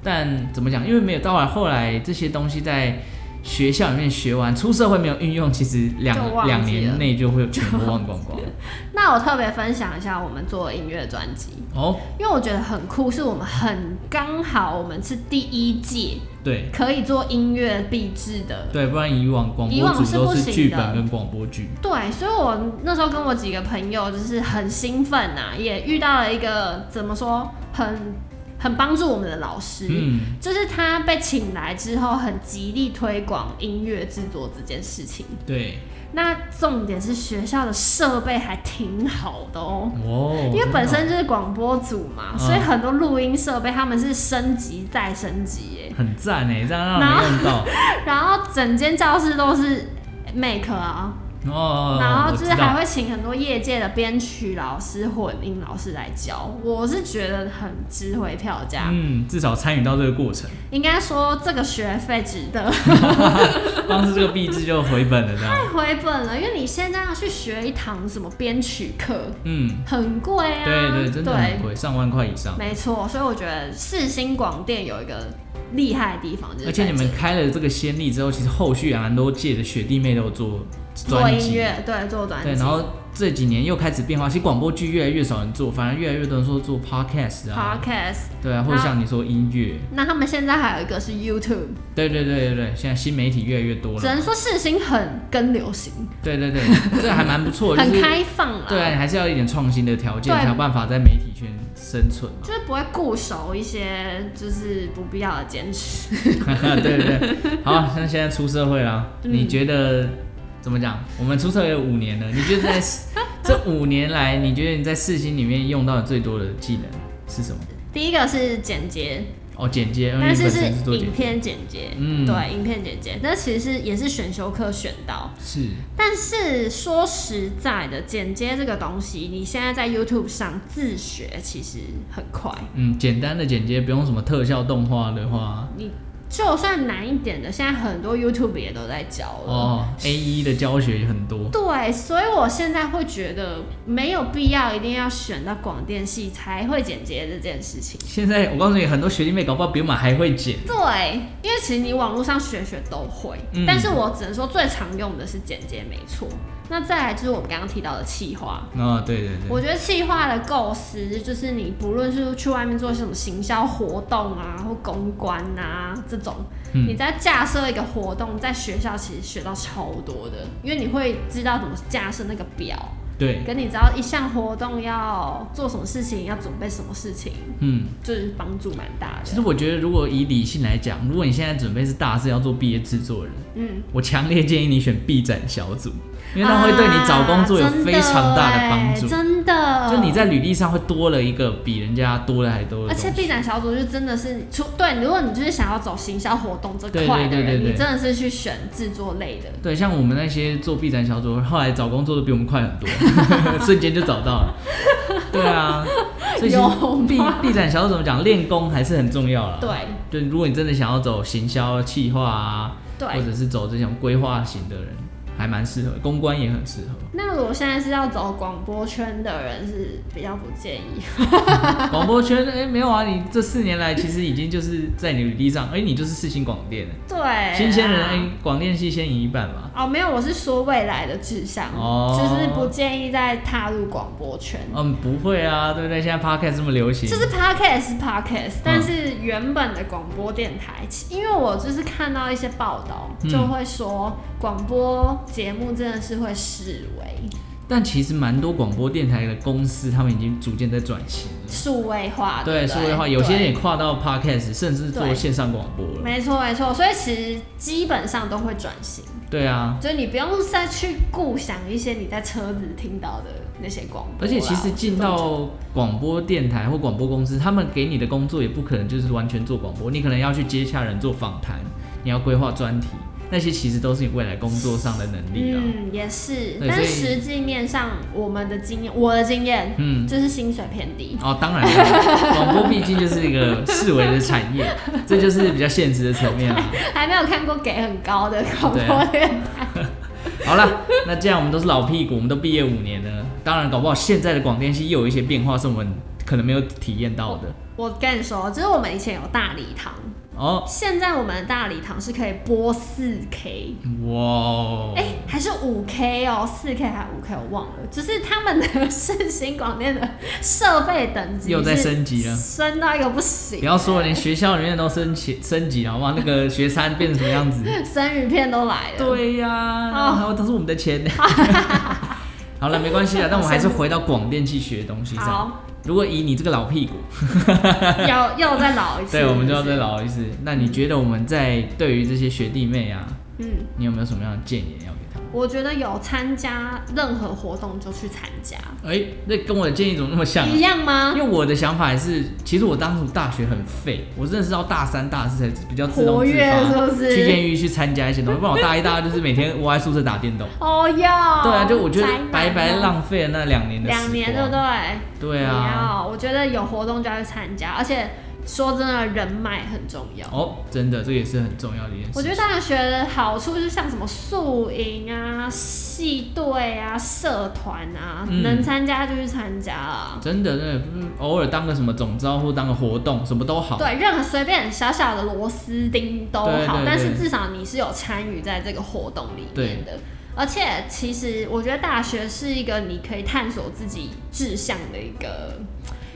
Speaker 1: 但怎么讲，因为没有到了后来这些东西在学校里面学完，出社会没有运用，其实
Speaker 3: 就
Speaker 1: 两
Speaker 3: 忘记了
Speaker 1: 两年内就会全部忘光光。
Speaker 3: 那我特别分享一下我们做音乐专辑，
Speaker 1: 哦，
Speaker 3: 因为我觉得很酷，是我们很刚好，我们是第一届
Speaker 1: 对
Speaker 3: 可以做音乐必制的
Speaker 1: 对，不然以往广
Speaker 3: 以
Speaker 1: 播
Speaker 3: 往
Speaker 1: 组
Speaker 3: 是
Speaker 1: 都
Speaker 3: 不
Speaker 1: 是
Speaker 3: 行
Speaker 1: 剧
Speaker 3: 的
Speaker 1: 本跟广播剧。
Speaker 3: 对，所以我那时候跟我几个朋友就是很兴奋呐、也遇到了一个怎么说很很帮助我们的老师，
Speaker 1: 嗯，
Speaker 3: 就是他被请来之后，很极力推广音乐制作这件事情。
Speaker 1: 对，
Speaker 3: 那重点是学校的设备还挺好的哦。
Speaker 1: 哦，
Speaker 3: 因为本身
Speaker 1: 真的
Speaker 3: 就是广播组嘛，
Speaker 1: 嗯
Speaker 3: 所以很多录音设备他们是升级再升级耶
Speaker 1: 哦。很赞哎，这样让
Speaker 3: 然后
Speaker 1: 人用到。
Speaker 3: 然后整间教室都是 make 啊，
Speaker 1: 哦哦，哦
Speaker 3: 然后
Speaker 1: 我
Speaker 3: 就
Speaker 1: 知
Speaker 3: 是还
Speaker 1: 道。
Speaker 3: 会请很多业界的编曲老师、混音老师来教，我是觉得很值回票价。
Speaker 1: 嗯，至少参与到这个过程。
Speaker 3: 应该说这个学费值得，
Speaker 1: 光是这个壁纸就回本了，这样。
Speaker 3: 太回本了，因为你现在要去学一堂什么编曲课，
Speaker 1: 嗯，
Speaker 3: 很贵啊。
Speaker 1: 对对，真的很贵，上万块以上。
Speaker 3: 没错，所以我觉得世新广电有一个厉害的地方，就是
Speaker 1: 而且你
Speaker 3: 在
Speaker 1: 们
Speaker 3: 这
Speaker 1: 开了这个先例之后，其实后续啊蛮多届的学弟妹都有做
Speaker 3: 做
Speaker 1: 专
Speaker 3: 音
Speaker 1: 辑，
Speaker 3: 乐，对，做专辑，
Speaker 1: 对，然后这几年又开始变化，其实广播剧越来越少人做，反而越来越多人说做 podcast 啊，
Speaker 3: podcast，
Speaker 1: 对啊，或者像你说音乐，
Speaker 3: 那他们现在还有一个是 YouTube，
Speaker 1: 对对对对对，现在新媒体越来越多
Speaker 3: 只
Speaker 1: 了，
Speaker 3: 能说世新很跟流行，
Speaker 1: 对对 对，这个还蛮不错，就
Speaker 3: 很
Speaker 1: 是
Speaker 3: 开放啦。
Speaker 1: 对啊，你还是要一点创新的条件，
Speaker 3: 对
Speaker 1: 才有办法在媒体圈生 存嘛。
Speaker 3: 就是不会固守一些就是不必要的坚持。
Speaker 1: 对对对，好，那现在出社会了，
Speaker 3: 嗯
Speaker 1: 你觉得怎么讲？我们出社会有五年了，你觉得在 这五年来，你觉得你在四星里面用到的最多的技能是什么？
Speaker 3: 第一个是剪接，
Speaker 1: 哦，剪接，因为
Speaker 3: 但
Speaker 1: 你
Speaker 3: 是
Speaker 1: 本
Speaker 3: 是
Speaker 1: 身是做剪
Speaker 3: 影
Speaker 1: 接，
Speaker 3: 片剪接，
Speaker 1: 嗯
Speaker 3: 对，影片剪接，那其实是也是选修课选到。
Speaker 1: 是
Speaker 3: 但是说实在的，剪接这个东西，你现在在 YouTube 上自学其实很快。
Speaker 1: 嗯，简单的剪接，不用什么特效动画的话，
Speaker 3: 你就算难一点的，现在很多 YouTube 也都在教了。
Speaker 1: 哦，A 一的教学也很多，
Speaker 3: 对，所以我现在会觉得没有必要一定要选到广电系才会剪接这件事情。
Speaker 1: 现在我告诉你，很多学弟妹搞不好比我们还会剪，
Speaker 3: 对，因为其实你网络上学学都会，
Speaker 1: 嗯
Speaker 3: 但是我只能说最常用的是剪接，没错。那再来就是我们刚刚提到的企划，
Speaker 1: 哦，对对对，
Speaker 3: 我觉得企划的构思就是你不论是去外面做什么行销活动啊，或公关啊这种，
Speaker 1: 嗯
Speaker 3: 你在架设一个活动，在学校其实学到超多的，因为你会知道怎么架设那个表，
Speaker 1: 对，
Speaker 3: 跟你只要一项活动要做什么事情，要准备什么事情，
Speaker 1: 嗯，
Speaker 3: 就是帮助蛮大
Speaker 1: 其实
Speaker 3: 的。
Speaker 1: 我觉得如果以理性来讲，如果你现在准备是大四要做毕业制作人，
Speaker 3: 嗯，
Speaker 1: 我强烈建议你选 B 展小组，因为它会对你找工作有非常大的帮助。
Speaker 3: 啊真的欸，真的
Speaker 1: 就你。在履历上会多了一个比人家多了还多的
Speaker 3: 而
Speaker 1: 东西，
Speaker 3: 且 B 展小组就真的是，除对，如果你就是想要走行销活动这
Speaker 1: 对
Speaker 3: 块的
Speaker 1: 对对对
Speaker 3: 人，
Speaker 1: 对
Speaker 3: 你真的是去选制作类的。
Speaker 1: 对，像我们那些做 B 展小组，后来找工作都比我们快很 多，瞬间就找到了。对啊，所以其实
Speaker 3: 有吗
Speaker 1: B B 展小组怎么讲，练功还是很重要啦。
Speaker 3: 对
Speaker 1: 对，如果你真的想要走行销、企划啊，或
Speaker 3: 对。
Speaker 1: 者是走这种规划型的人，还蛮适合，公关也很适合。
Speaker 3: 那如果现在是要走广播圈的人，是比较不建议。
Speaker 1: 广播圈，哎、没有啊，你这四年来其实已经就是在你的履历上，哎、你就是四星广电了，
Speaker 3: 对，啊
Speaker 1: 新鲜人，哎、广电系先赢一半嘛。
Speaker 3: 哦，没有，我是说未来的志向，
Speaker 1: 哦
Speaker 3: 就是不建议再踏入广播圈。
Speaker 1: 嗯，不会啊，对不对？现在 podcast 这么流行，嗯
Speaker 3: 就是 podcast 是 podcast，但是原本的广播电台，其因为我就是看到一些报道，
Speaker 1: 嗯
Speaker 3: 就会说广播节目真的是会视为
Speaker 1: 但其实蛮多广播电台的公司，他们已经逐渐在转型了。
Speaker 3: 数位化，
Speaker 1: 对，
Speaker 3: 不
Speaker 1: 说的话，有些人也
Speaker 3: 啊对
Speaker 1: 跨到 podcast，甚至做
Speaker 3: 对
Speaker 1: 线上广播了。
Speaker 3: 没错没错，所以其实基本上都会转型，
Speaker 1: 对啊，
Speaker 3: 所以你不用再去顾想一些你在车子听到的那些广播啦，
Speaker 1: 而且其实进到广播电台或广播公司，他们给你的工作也不可能就是完全做广播，你可能要去接洽人做访谈，你要规划专题，那些其实都是你未来工作上的能力啊。
Speaker 3: 嗯，也是，
Speaker 1: 对
Speaker 3: 但
Speaker 1: 所
Speaker 3: 是
Speaker 1: 以
Speaker 3: 实际面上，我们的经验，我的经验，
Speaker 1: 嗯
Speaker 3: 就是薪水偏低。
Speaker 1: 哦，当然了，广播毕竟就是一个视为的产业，这就是比较现实的层面啊。
Speaker 3: 还没有看过给很高的广
Speaker 1: 对啊
Speaker 3: 播电台，
Speaker 1: 好了，那既然我们都是老屁股，我们都毕业五年了，当然搞不好现在的广电系又有一些变化是我们可能没有体验到的。
Speaker 3: 我跟你说，就是我们以前有大礼堂，
Speaker 1: 哦，
Speaker 3: 现在我们的大礼堂是可以播四 K，
Speaker 1: 哇哦，
Speaker 3: 哎、还是五 K 哦，四 K 还五 K 我忘了，就是他们的 盛行广电的设备等级
Speaker 1: 又在
Speaker 3: 是
Speaker 1: 升级了
Speaker 3: 升到一个不行，
Speaker 1: 不要说了，连学校里面都升级升级了，好吗？那个学餐变成什么样 子？
Speaker 3: 生鱼片都来了，
Speaker 1: 对呀、
Speaker 3: 哦
Speaker 1: 都是我们的 钱。好了，没关系啊，但我们还是回到广电去学东西上。
Speaker 3: 好，
Speaker 1: 如果以你这个老屁股，
Speaker 3: 要要再老一次，
Speaker 1: 对，我们就要
Speaker 3: 是不
Speaker 1: 再
Speaker 3: 是，
Speaker 1: 老一次。那你觉得我们在对于这些学弟妹啊，
Speaker 3: 嗯。
Speaker 1: 你有没有什么样的建议要给他们？
Speaker 3: 我觉得有参加任何活动就去参加，
Speaker 1: 哎、那跟我的建议怎么那么像、啊
Speaker 3: 一？样吗
Speaker 1: 因？为我的想法也是，其实我当初大学很废，我真的是到大三、大四才比较自动
Speaker 3: 活
Speaker 1: 自
Speaker 3: 跃
Speaker 1: 发，
Speaker 3: 是不是
Speaker 1: 去艳遇去参加一些东西，不然我大一、大二就是每天窝在宿舍打电动。
Speaker 3: 哦要，
Speaker 1: 对啊，就我觉得
Speaker 3: 宅男
Speaker 1: 白白
Speaker 3: 哦
Speaker 1: 浪费了那两年的时
Speaker 3: 两
Speaker 1: 光
Speaker 3: 年，对不对？
Speaker 1: 对啊，
Speaker 3: 要，我觉得有活动就要去参加，而且说真的，人脉很重要。
Speaker 1: 哦，真的，这也是很重要的一件事。
Speaker 3: 我觉得大学的好处就是像什么宿营啊、系队啊、社团啊，
Speaker 1: 嗯
Speaker 3: 能参加就去参加啊。
Speaker 1: 真的，真的，嗯偶尔当个什么总招或当个活动，什么都好。
Speaker 3: 对，任何随便小小的螺丝钉都好，
Speaker 1: 对对
Speaker 3: 但是
Speaker 1: 对
Speaker 3: 至少你是有参与在这个活动里面的。而且，其实我觉得大学是一个你可以探索自己志向的一个，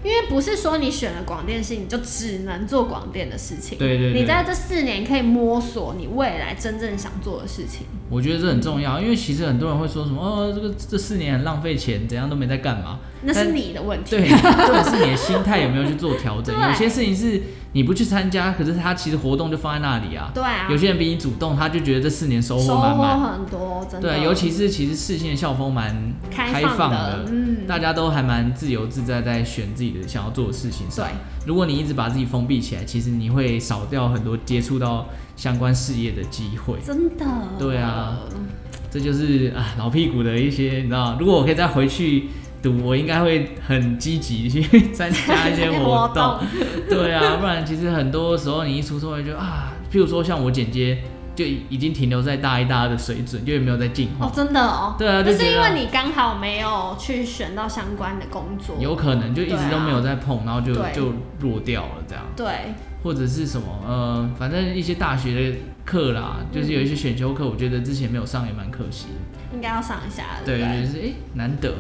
Speaker 3: 因为不是说你选了广电系你就只能做广电的事情。
Speaker 1: 对对对
Speaker 3: 你在这四年可以摸索你未来真正想做的事情。
Speaker 1: 我觉得这很重要，因为其实很多人会说什么，哦，这个这四年很浪费钱，怎样都没在干嘛。
Speaker 3: 那是
Speaker 1: 但
Speaker 3: 你的问题。
Speaker 1: 对，重点是你的心态有没有去做调整。
Speaker 3: 对
Speaker 1: 有些事情是你不去参加，可是他其实活动就放在那里啊。
Speaker 3: 对啊，
Speaker 1: 有些人比你主动，他就觉得这四年收获
Speaker 3: 收
Speaker 1: 满
Speaker 3: 获
Speaker 1: 满。
Speaker 3: 很多，真的。
Speaker 1: 对，尤其是其实世新的校风蛮
Speaker 3: 开
Speaker 1: 开
Speaker 3: 放
Speaker 1: 放
Speaker 3: 的
Speaker 1: 的，
Speaker 3: 嗯
Speaker 1: 大家都还蛮自由自在，在选自己的想要做的事情上
Speaker 3: 对。
Speaker 1: 如果你一直把自己封闭起来，其实你会少掉很多接触到相关事业的机会。
Speaker 3: 真的。
Speaker 1: 对啊这就是啊老屁股的一些，你知道，如果我可以再回去读，我应该会很积极 去参加 一些活
Speaker 3: 活
Speaker 1: 动
Speaker 3: 动。
Speaker 1: 对啊，不然其实很多时候你一出社会就啊，譬如说像我剪接，就已经停留在大一、大二的水准，就也没有在进化
Speaker 3: 哦，。真的哦。
Speaker 1: 对啊
Speaker 3: 就
Speaker 1: 就是觉
Speaker 3: 因
Speaker 1: 得
Speaker 3: 为你刚好没有去选到相关的工作。
Speaker 1: 有可能就一直都没有在碰，然后就
Speaker 3: 对
Speaker 1: 就落掉了这样，
Speaker 3: 对，
Speaker 1: 或者是什么呃，反正一些大学的课啦，就是有一些选修课，我觉得之前没有上也蛮可惜的。
Speaker 3: 应该要上一下，对
Speaker 1: 对，
Speaker 3: 不
Speaker 1: 就
Speaker 3: 对？
Speaker 1: 是哎、诶难得，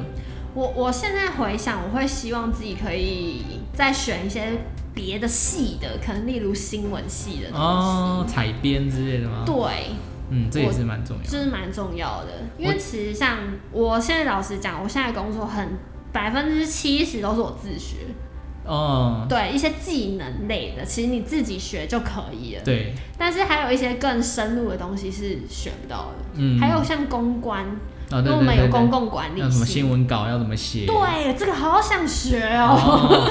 Speaker 3: 我我现在回想，我会希望自己可以再选一些别的系的，可能例如新闻系的东西。
Speaker 1: 哦哦，采编之类的吗？
Speaker 3: 对，
Speaker 1: 嗯，这也是蛮重要
Speaker 3: 就
Speaker 1: 的。
Speaker 3: 是蛮重要的。因
Speaker 1: 我
Speaker 3: 为其实像我现在老实讲，我现在工作很百分之七十都是我自学，
Speaker 1: 哦，
Speaker 3: 对一些技能类的，其实你自己学就可以了。
Speaker 1: 对，
Speaker 3: 但是还有一些更深入的东西是学不到的，
Speaker 1: 嗯，
Speaker 3: 还有像公关，
Speaker 1: 哦，
Speaker 3: 因
Speaker 1: 对
Speaker 3: 为我
Speaker 1: 对
Speaker 3: 们有
Speaker 1: 对
Speaker 3: 公
Speaker 1: 对，
Speaker 3: 共管理
Speaker 1: 要什么
Speaker 3: 系
Speaker 1: 新闻稿要怎么写？
Speaker 3: 对，啊这个好想学哦。
Speaker 1: 哦，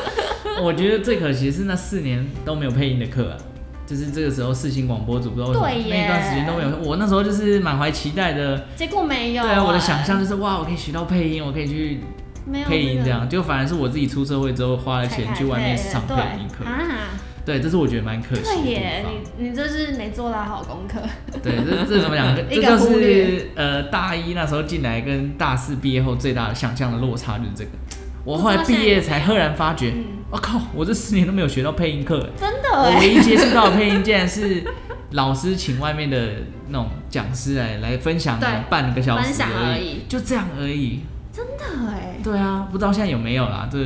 Speaker 1: 我觉得最可惜是那四年都没有配音的课啊，就是这个时候四星广播组不知道为什么
Speaker 3: 对耶
Speaker 1: 那一段时间都没有。我那时候就是满怀期待的，
Speaker 3: 结果没有、欸
Speaker 1: 对啊，我的想象就是哇，我可以学到配音，我可以去
Speaker 3: 没有
Speaker 1: 配音
Speaker 3: 那
Speaker 1: 这
Speaker 3: 个
Speaker 1: 样，就反而是我自己出社会之后花了
Speaker 3: 才
Speaker 1: 钱
Speaker 3: 开
Speaker 1: 去外面
Speaker 3: 配
Speaker 1: 上
Speaker 3: 对
Speaker 1: 配音课，
Speaker 3: 啊。
Speaker 1: 对，这是我觉得蛮可惜
Speaker 3: 对
Speaker 1: 的
Speaker 3: 耶
Speaker 1: 地，方。
Speaker 3: 你你这是没做到好功课。
Speaker 1: 对，这这怎么 讲？
Speaker 3: 一
Speaker 1: 这
Speaker 3: 个
Speaker 1: 就
Speaker 3: 忽
Speaker 1: 是
Speaker 3: 略
Speaker 1: 呃大一那时候进来跟大四毕业后最大的想象的落差就是这个。我后来毕业才赫然发觉，
Speaker 3: 嗯
Speaker 1: 我、靠，我这四年都没有学到配音课，欸
Speaker 3: 真的
Speaker 1: 我
Speaker 3: 哎，
Speaker 1: 唯一接触到的配音竟然是老师请外面的那种讲师来来分享
Speaker 3: 对
Speaker 1: 半个小
Speaker 3: 分
Speaker 1: 时
Speaker 3: 享而
Speaker 1: 已
Speaker 3: 已，
Speaker 1: 就这样而已。
Speaker 3: 真的哎，
Speaker 1: 对啊，不知道现在有没有啦，这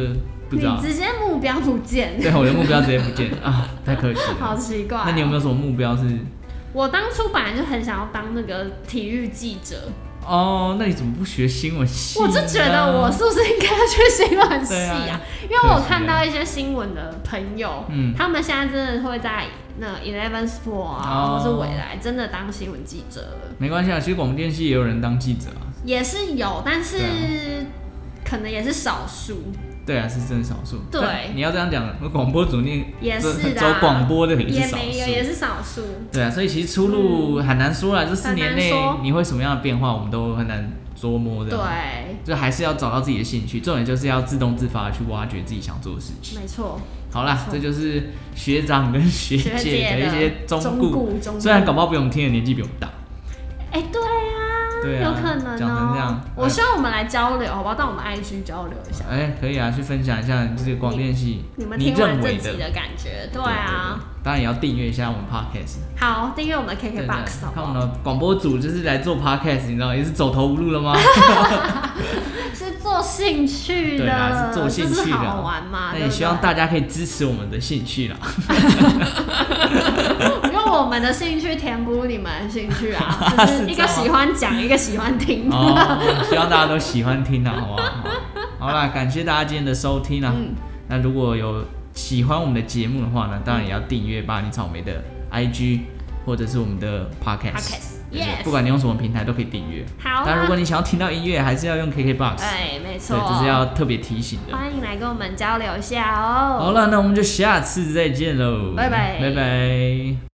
Speaker 1: 不知道
Speaker 3: 你。直接目标不见，
Speaker 1: 对，我的目标直接不见了啊，太可惜
Speaker 3: 好
Speaker 1: 了。
Speaker 3: 奇怪哦。
Speaker 1: 那你有没有什么目标是？
Speaker 3: 我当初本来就很想要当那个体育记者，
Speaker 1: 哦，那你怎么不学新闻系呢？啊
Speaker 3: 我就觉得我是不是应该要去新闻系
Speaker 1: 对
Speaker 3: 啊
Speaker 1: 啊？
Speaker 3: 因为我看到一些新闻的朋友，
Speaker 1: 嗯
Speaker 3: 他们现在真的会在那 Eleven Sport 啊，
Speaker 1: 哦
Speaker 3: 或是未来真的当新闻记者了，
Speaker 1: 没关系啊，其实广电系也有人当记者啊。
Speaker 3: 也是有，但是
Speaker 1: 对啊
Speaker 3: 可能也是少数。
Speaker 1: 对啊，是真少数。
Speaker 3: 对
Speaker 1: 但你要这样讲，广播主念
Speaker 3: 也
Speaker 1: 走
Speaker 3: 是
Speaker 1: 走
Speaker 3: 啦
Speaker 1: 广播的也
Speaker 3: 也
Speaker 1: 是少
Speaker 3: 没有，也
Speaker 1: 数。
Speaker 3: 是少数。
Speaker 1: 对啊，所以其实出路很难说啊。这四年内
Speaker 3: 很难说
Speaker 1: 你会什么样的变化，我们都很难捉摸的。
Speaker 3: 对，，
Speaker 1: 就还是要找到自己的兴趣，重点就是要自动自发的去挖掘自己想做的事情。
Speaker 3: 没错，
Speaker 1: 好啦，这就是学长跟学
Speaker 3: 学
Speaker 1: 姐
Speaker 3: 姐
Speaker 1: 的一些
Speaker 3: 的
Speaker 1: 忠
Speaker 3: 忠
Speaker 1: 固。
Speaker 3: 固，忠
Speaker 1: 虽然
Speaker 3: 固
Speaker 1: 搞不好比我们听的年纪比我们大，
Speaker 3: 哎、对啊，
Speaker 1: 对啊
Speaker 3: 有可能
Speaker 1: 讲
Speaker 3: 哦、
Speaker 1: 成这样
Speaker 3: 我希望我们来交流，好不好？到我们 IG 交流一下，
Speaker 1: 哎、可以啊，去分享一下你这个广电系
Speaker 3: 你们
Speaker 1: 你
Speaker 3: 听完
Speaker 1: 认
Speaker 3: 这
Speaker 1: 为
Speaker 3: 集的感觉，对
Speaker 1: 对
Speaker 3: 啊。，
Speaker 1: 对当然也要订阅一下我们 podcast。
Speaker 3: 好，订阅我们的
Speaker 1: 真的
Speaker 3: KKBOX 好不
Speaker 1: 看我
Speaker 3: 好？
Speaker 1: 们的广播组就是来做 podcast，你知道也是走投无路 了吗？
Speaker 3: 啊是做兴趣
Speaker 1: 对啦，
Speaker 3: 的，
Speaker 1: 是做兴
Speaker 3: 就
Speaker 1: 趣
Speaker 3: 是
Speaker 1: 的
Speaker 3: 好
Speaker 1: 啊。
Speaker 3: 玩嘛。
Speaker 1: 那
Speaker 3: 对
Speaker 1: 也
Speaker 3: 不
Speaker 1: 希望
Speaker 3: 对
Speaker 1: 大家可以支持我们的兴趣 啦。
Speaker 3: 用我们的兴趣填补你们的兴趣 啊，就是是一个
Speaker 1: 这样吗
Speaker 3: 喜 欢讲，一个喜欢听。
Speaker 1: 哦，希望大家都喜欢听啦，好不好？好啦，感谢大家今天的收听啦。
Speaker 3: 嗯
Speaker 1: 那如果有喜欢我们的节目的话呢，当然也要订阅巴黎草莓的 IG 或者是我们的 podcast，
Speaker 3: Podcast，
Speaker 1: 就是
Speaker 3: yes
Speaker 1: 不管你用什么平台都可以订阅。
Speaker 3: 好
Speaker 1: 当然，如果
Speaker 3: 啊，
Speaker 1: 你想要听到音乐，还是要用 KKBox，
Speaker 3: 哎，没错
Speaker 1: 对，，这是要特别提醒的。
Speaker 3: 欢迎来跟我们交流一下哦。
Speaker 1: 好了，那我们就下次再见喽，
Speaker 3: 拜拜
Speaker 1: 拜拜。